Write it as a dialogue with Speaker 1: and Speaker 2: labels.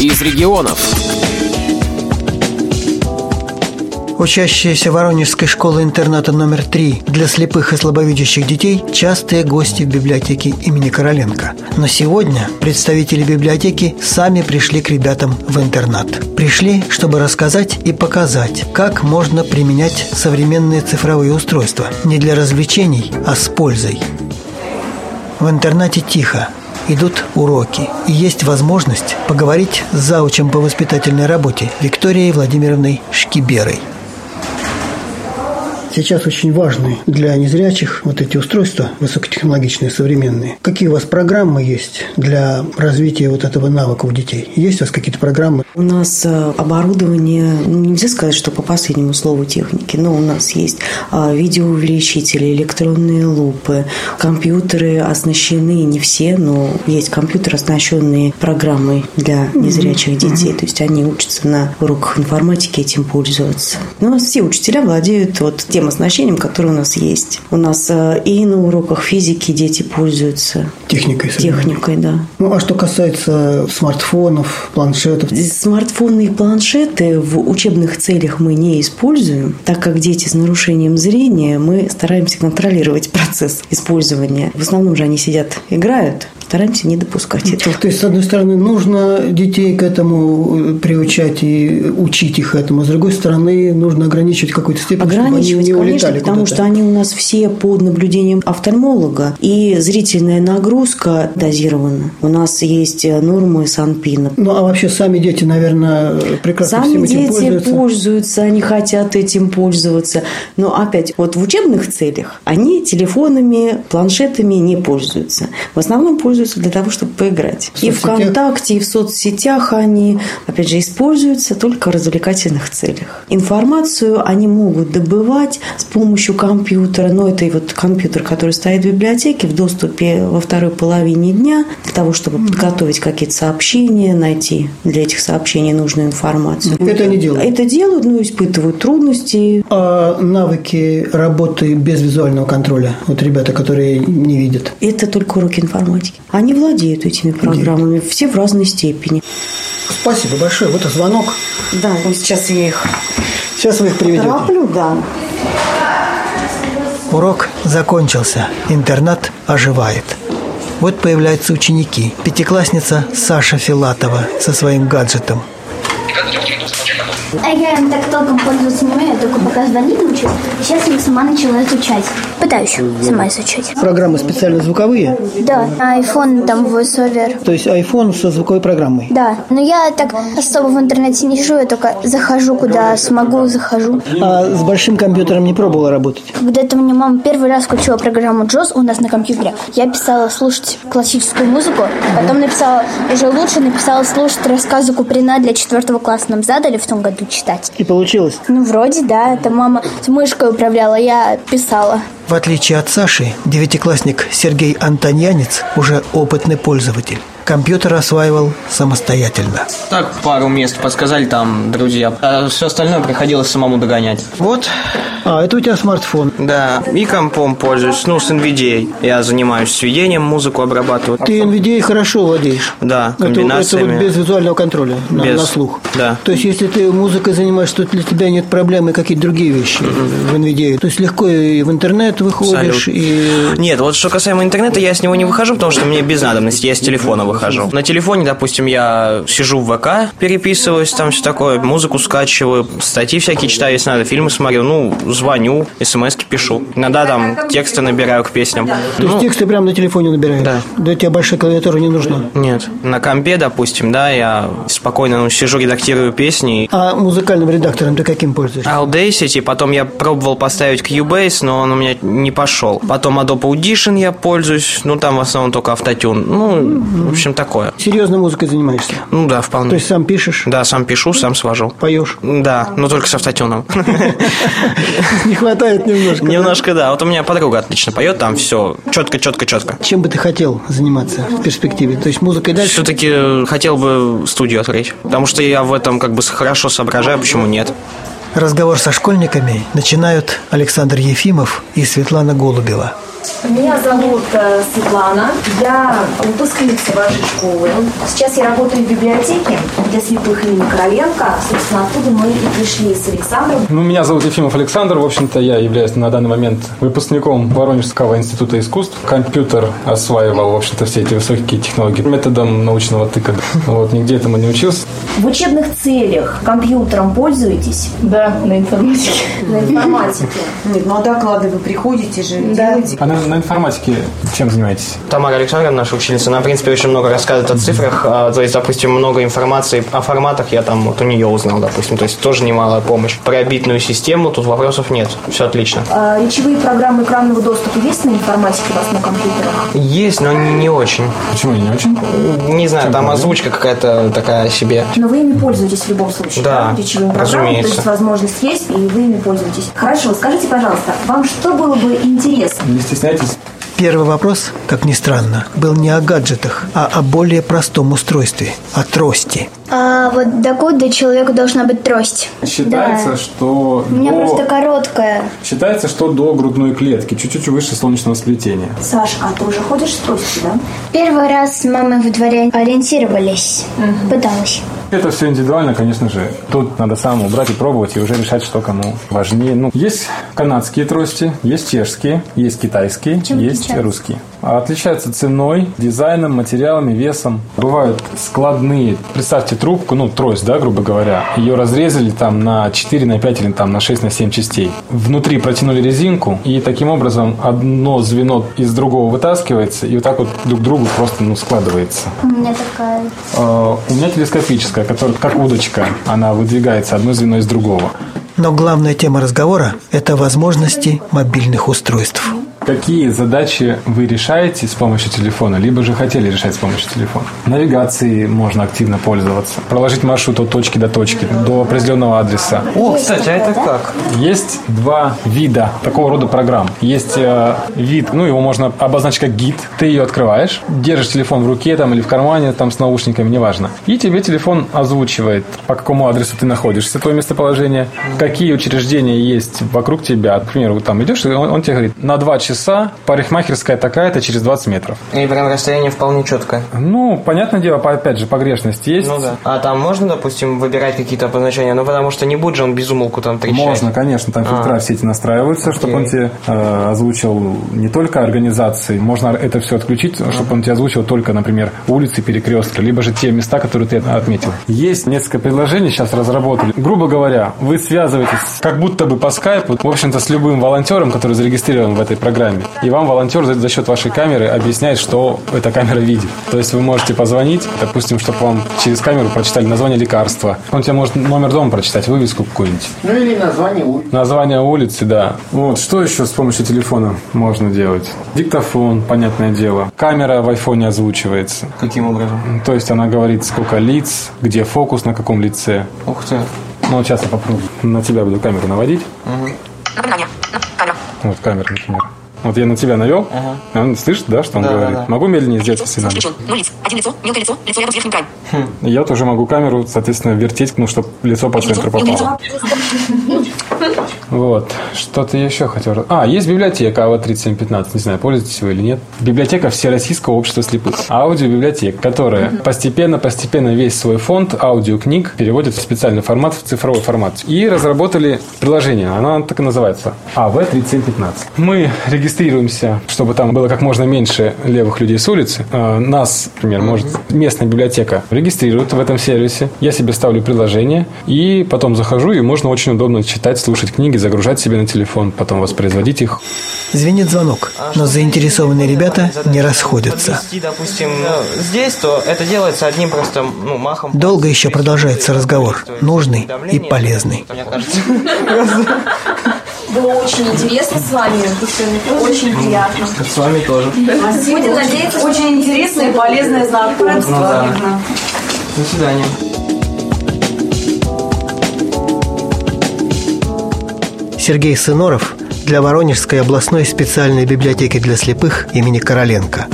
Speaker 1: из регионов.
Speaker 2: Учащиеся Воронежской школы-интерната номер 3 для слепых и слабовидящих детей – частые гости в библиотеке имени Короленко. Но сегодня представители библиотеки сами пришли к ребятам в интернат. Пришли, чтобы рассказать и показать, как можно применять современные цифровые устройства не для развлечений, а с пользой. В интернате тихо, идут уроки. И есть возможность поговорить с заучем по воспитательной работе Викторией Владимировной Шкиберой. Сейчас очень важны для незрячих вот эти устройства высокотехнологичные, современные. Какие у вас программы есть для развития вот этого навыка у детей? Есть у вас какие-то программы?
Speaker 3: У нас э, оборудование, ну, нельзя сказать, что по последнему слову техники, но у нас есть а, видеоувеличители, электронные лупы, компьютеры оснащены, не все, но есть компьютеры, оснащенные программой для незрячих детей. То есть они учатся на уроках информатики этим пользоваться. Но у нас все учителя владеют вот тем тем оснащением, которое у нас есть. У нас э, и на уроках физики дети пользуются.
Speaker 2: Техникой.
Speaker 3: Техникой, да.
Speaker 2: Ну, а что касается смартфонов, планшетов?
Speaker 3: Смартфоны и планшеты в учебных целях мы не используем, так как дети с нарушением зрения, мы стараемся контролировать процесс использования. В основном же они сидят, играют, стараемся не допускать этого.
Speaker 2: То есть, с одной стороны, нужно детей к этому э, приучать и учить их этому, а с другой стороны, нужно ограничивать какой-то степень,
Speaker 3: ограничивать не конечно, потому куда-то. что они у нас все под наблюдением офтальмолога, и зрительная нагрузка дозирована. У нас есть э, нормы Санпина.
Speaker 2: Ну, а вообще сами дети, наверное, прекрасно всем
Speaker 3: сами
Speaker 2: этим
Speaker 3: дети
Speaker 2: пользуются?
Speaker 3: пользуются, они хотят этим пользоваться. Но опять, вот в учебных целях они телефонами, планшетами не пользуются. В основном пользуются для того, чтобы поиграть. В и соцсетях? ВКонтакте, и в соцсетях они, опять же, используются только в развлекательных целях. Информацию они могут добывать писать с помощью компьютера, но это и вот компьютер, который стоит в библиотеке в доступе во второй половине дня, для того, чтобы mm-hmm. подготовить какие-то сообщения, найти для этих сообщений нужную информацию.
Speaker 2: Это они делают?
Speaker 3: Ну, Это делают, но испытывают трудности.
Speaker 2: А навыки работы без визуального контроля? Вот ребята, которые не видят.
Speaker 3: Это только уроки информатики. Они владеют этими программами, Нет. все в разной степени.
Speaker 2: Спасибо большое. Вот и звонок.
Speaker 3: Да, вот сейчас я их...
Speaker 2: Сейчас вы их приведете.
Speaker 3: Траплю, да.
Speaker 2: Урок закончился. Интернат оживает. Вот появляются ученики. Пятиклассница Саша Филатова со своим гаджетом.
Speaker 4: А я им так толком пользоваться не умею, только пока звонить научилась. Сейчас я сама начала изучать. Пытаюсь сама изучать.
Speaker 2: Программы специально звуковые?
Speaker 4: Да. iPhone там voiceover.
Speaker 2: То есть iPhone со звуковой программой?
Speaker 4: Да. Но я так особо в интернете не сижу, я только захожу куда смогу, захожу.
Speaker 2: А с большим компьютером не пробовала работать?
Speaker 4: Когда-то мне мама первый раз включила программу Джоз у нас на компьютере. Я писала слушать классическую музыку, потом написала уже лучше, написала слушать рассказы Куприна для четвертого класса. Нам задали в том году читать.
Speaker 2: И получилось?
Speaker 4: Ну, вроде да. Это мама с мышкой управляла, я писала.
Speaker 2: В отличие от Саши, девятиклассник Сергей Антоньянец уже опытный пользователь. Компьютер осваивал самостоятельно.
Speaker 5: Так, пару мест подсказали там друзья. А все остальное приходилось самому догонять. Вот.
Speaker 2: А, это у тебя смартфон.
Speaker 5: Да, и компом пользуюсь. Ну, с NVDA. Я занимаюсь сведением, музыку обрабатываю.
Speaker 2: Ты NVDA хорошо владеешь?
Speaker 5: Да,
Speaker 2: комбинациями. Это, это вот без визуального контроля на,
Speaker 5: Без.
Speaker 2: на слух?
Speaker 5: Да.
Speaker 2: То есть, если ты музыкой занимаешься, то для тебя нет проблем и какие-то другие вещи mm-hmm. в NVDA. То есть, легко и в интернет интернет выходишь
Speaker 5: Салют.
Speaker 2: и...
Speaker 5: Нет, вот что касаемо интернета, я с него не выхожу, потому что мне без надобности, я с телефона выхожу. На телефоне, допустим, я сижу в ВК, переписываюсь, там все такое, музыку скачиваю, статьи всякие читаю, если надо, фильмы смотрю, ну, звоню, смс пишу. Иногда там тексты набираю к песням. То
Speaker 2: ну, есть тексты прямо на телефоне набираешь?
Speaker 5: Да.
Speaker 2: Да тебе большая клавиатура не нужна?
Speaker 5: Нет. На компе, допустим, да, я спокойно ну, сижу, редактирую песни.
Speaker 2: А музыкальным редактором ты каким пользуешься?
Speaker 5: А. Audacity, потом я пробовал поставить Cubase, но он у меня не пошел. Потом Adobe Audition я пользуюсь, ну там в основном только автотюн. Ну, mm-hmm. в общем, такое.
Speaker 2: Серьезно музыкой занимаешься?
Speaker 5: Ну да, вполне.
Speaker 2: То есть сам пишешь?
Speaker 5: Да, сам пишу, сам свожу.
Speaker 2: Поешь?
Speaker 5: Да, но только с автотюном.
Speaker 2: Не хватает немножко.
Speaker 5: Немножко, да. Вот у меня подруга отлично поет, там все четко, четко, четко.
Speaker 2: Чем бы ты хотел заниматься в перспективе? То есть музыкой дальше?
Speaker 5: Все-таки хотел бы студию открыть, потому что я в этом как бы хорошо соображаю, почему нет.
Speaker 2: Разговор со школьниками начинают Александр Ефимов и Светлана Голубева.
Speaker 1: Меня зовут э, Светлана. Я выпускница вашей школы. Сейчас я работаю в библиотеке для слепых имени Короленко. Собственно, оттуда мы и пришли с Александром.
Speaker 6: Ну, меня зовут Ефимов Александр. В общем-то, я являюсь на данный момент выпускником Воронежского института искусств. Компьютер осваивал, в общем-то, все эти высокие технологии методом научного тыка. Вот, нигде этому не учился.
Speaker 1: В учебных целях компьютером пользуетесь?
Speaker 7: Да, на информатике.
Speaker 1: На информатике.
Speaker 3: Нет, ну а доклады вы приходите же,
Speaker 7: Да.
Speaker 3: делаете.
Speaker 6: А на, на информатике чем занимаетесь?
Speaker 5: Тамара Александровна, наша ученица, она, в принципе, очень много рассказывает о цифрах. а, То есть, допустим, много информации о форматах я там вот у нее узнал, допустим. То есть, тоже немалая помощь. Про битную систему тут вопросов нет. Все отлично.
Speaker 1: А, речевые программы экранного доступа есть на информатике у вас на компьютерах?
Speaker 5: Есть, но не, не очень.
Speaker 6: Почему я не очень?
Speaker 5: Не знаю, там озвучка какая-то такая себе.
Speaker 1: Но вы ими пользуетесь в любом случае,
Speaker 5: Да,
Speaker 1: речевыми программами,
Speaker 5: разумеется.
Speaker 1: то есть возможность есть, и вы ими пользуетесь. Хорошо, скажите, пожалуйста, вам что было бы интересно?
Speaker 6: Не стесняйтесь.
Speaker 2: Первый вопрос, как ни странно, был не о гаджетах, а о более простом устройстве – о трости.
Speaker 4: А вот докуда человеку должна быть трость?
Speaker 6: Считается,
Speaker 4: Да.
Speaker 6: что
Speaker 4: У меня
Speaker 6: до-
Speaker 4: просто короткая.
Speaker 6: считается, что до грудной клетки, чуть-чуть выше солнечного сплетения.
Speaker 1: Сашка, а ты уже ходишь с тростью, да?
Speaker 4: Первый раз мамы во дворе ориентировались. Пыталась.
Speaker 6: Это все индивидуально, конечно же. Тут надо самому брать и пробовать, и уже решать, что кому важнее. Ну, есть канадские трости, есть чешские, есть китайские,
Speaker 4: Чем
Speaker 6: есть
Speaker 4: отличаются?
Speaker 6: русские. А Отличаются ценой, дизайном, материалами, весом. Бывают складные. Представьте трубку, ну, трость, да, грубо говоря. Ее разрезали там на 4, на 5 или там на 6, на 7 частей. Внутри протянули резинку, и таким образом одно звено из другого вытаскивается, и вот так вот друг к другу просто, ну, складывается.
Speaker 4: У меня такая.
Speaker 6: Э, У меня телескопическая, которая как удочка, она выдвигается одно звено из другого.
Speaker 2: Но главная тема разговора – это возможности мобильных устройств.
Speaker 6: Какие задачи вы решаете с помощью телефона, либо же хотели решать с помощью телефона? Навигацией можно активно пользоваться. Проложить маршрут от точки до точки, до определенного адреса.
Speaker 5: О, кстати, а это как?
Speaker 6: Есть два вида такого рода программ. Есть э, вид, ну его можно обозначить как гид. Ты ее открываешь, держишь телефон в руке там или в кармане там с наушниками, неважно. И тебе телефон озвучивает, по какому адресу ты находишься, твое местоположение, какие учреждения есть вокруг тебя. Например, вот там идешь, и он, он тебе говорит, на два часа парикмахерская такая-то через 20 метров.
Speaker 5: И прям расстояние вполне четкое.
Speaker 6: Ну, понятное дело, по- опять же, погрешность есть.
Speaker 5: Ну да. А там можно, допустим, выбирать какие-то обозначения? Ну, потому что не будет же он безумолку там трещать.
Speaker 6: Можно, конечно, там фильтра
Speaker 5: А.
Speaker 6: все эти настраиваются, чтобы он
Speaker 5: Окей.
Speaker 6: тебе э, озвучил не только организации, можно это все отключить, чтобы он тебе озвучил только, например, улицы, перекрестки, либо же те места, которые ты отметил. Есть несколько предложений сейчас разработали. Грубо говоря, вы связываетесь как будто бы по скайпу, в общем-то, с любым волонтером, который зарегистрирован в этой программе, и вам волонтер за, за счет вашей камеры объясняет, что эта камера видит. То есть вы можете позвонить, допустим, чтобы вам через камеру прочитали название лекарства. Он тебе может номер дома прочитать, вывеску какую-нибудь.
Speaker 8: Ну или название улицы.
Speaker 6: Название улицы, да. Вот, что еще с помощью телефона можно делать? Диктофон, понятное дело. Камера в айфоне озвучивается.
Speaker 5: Каким образом?
Speaker 6: То есть она говорит, сколько лиц, где фокус, на каком лице.
Speaker 5: Ух ты.
Speaker 6: Ну, вот сейчас я попробую. На тебя буду камеру наводить. Вот камера, например. Вот я на тебя навел. Он слышит, да, что он
Speaker 5: Да, да,
Speaker 6: говорит?
Speaker 5: да.
Speaker 6: Могу медленнее сделать, если надо.
Speaker 9: Ну лиц, один лицо, мелкое лицо, лицо рядом с верхним краем.
Speaker 6: Я тоже могу камеру, соответственно, вертеть, ну, чтобы лицо по центру попало. Вот. Что-то еще хотел... раз- А, есть библиотека АВ-3715. Не знаю, пользуетесь вы или нет. Библиотека Всероссийского общества слепых. Аудиобиблиотека, которая постепенно-постепенно весь свой фонд аудиокниг переводит в специальный формат, в цифровой формат. И разработали приложение. Оно так и называется. АВ-3715. Мы регистрируемся, чтобы там было как можно меньше левых людей с улицы. Э, Нас, например, может местная библиотека регистрирует в этом сервисе. Я себе ставлю приложение и потом захожу, и можно очень удобно читать, слушать книги, загружать себе на телефон, потом воспроизводить их.
Speaker 2: Звенит звонок, но заинтересованные ребята не расходятся.
Speaker 5: Подвести, допустим, ну, здесь, то это делается одним просто ну, махом.
Speaker 2: Долго еще продолжается разговор, нужный и полезный.
Speaker 5: Мне кажется.
Speaker 1: Было очень интересно с вами, очень приятно.
Speaker 5: С вами тоже.
Speaker 1: Будем надеяться, что
Speaker 3: Очень интересное и полезное знакомство.
Speaker 5: да. До свидания.
Speaker 2: Сергей Сыноров для Воронежской областной специальной библиотеки для слепых имени Короленко.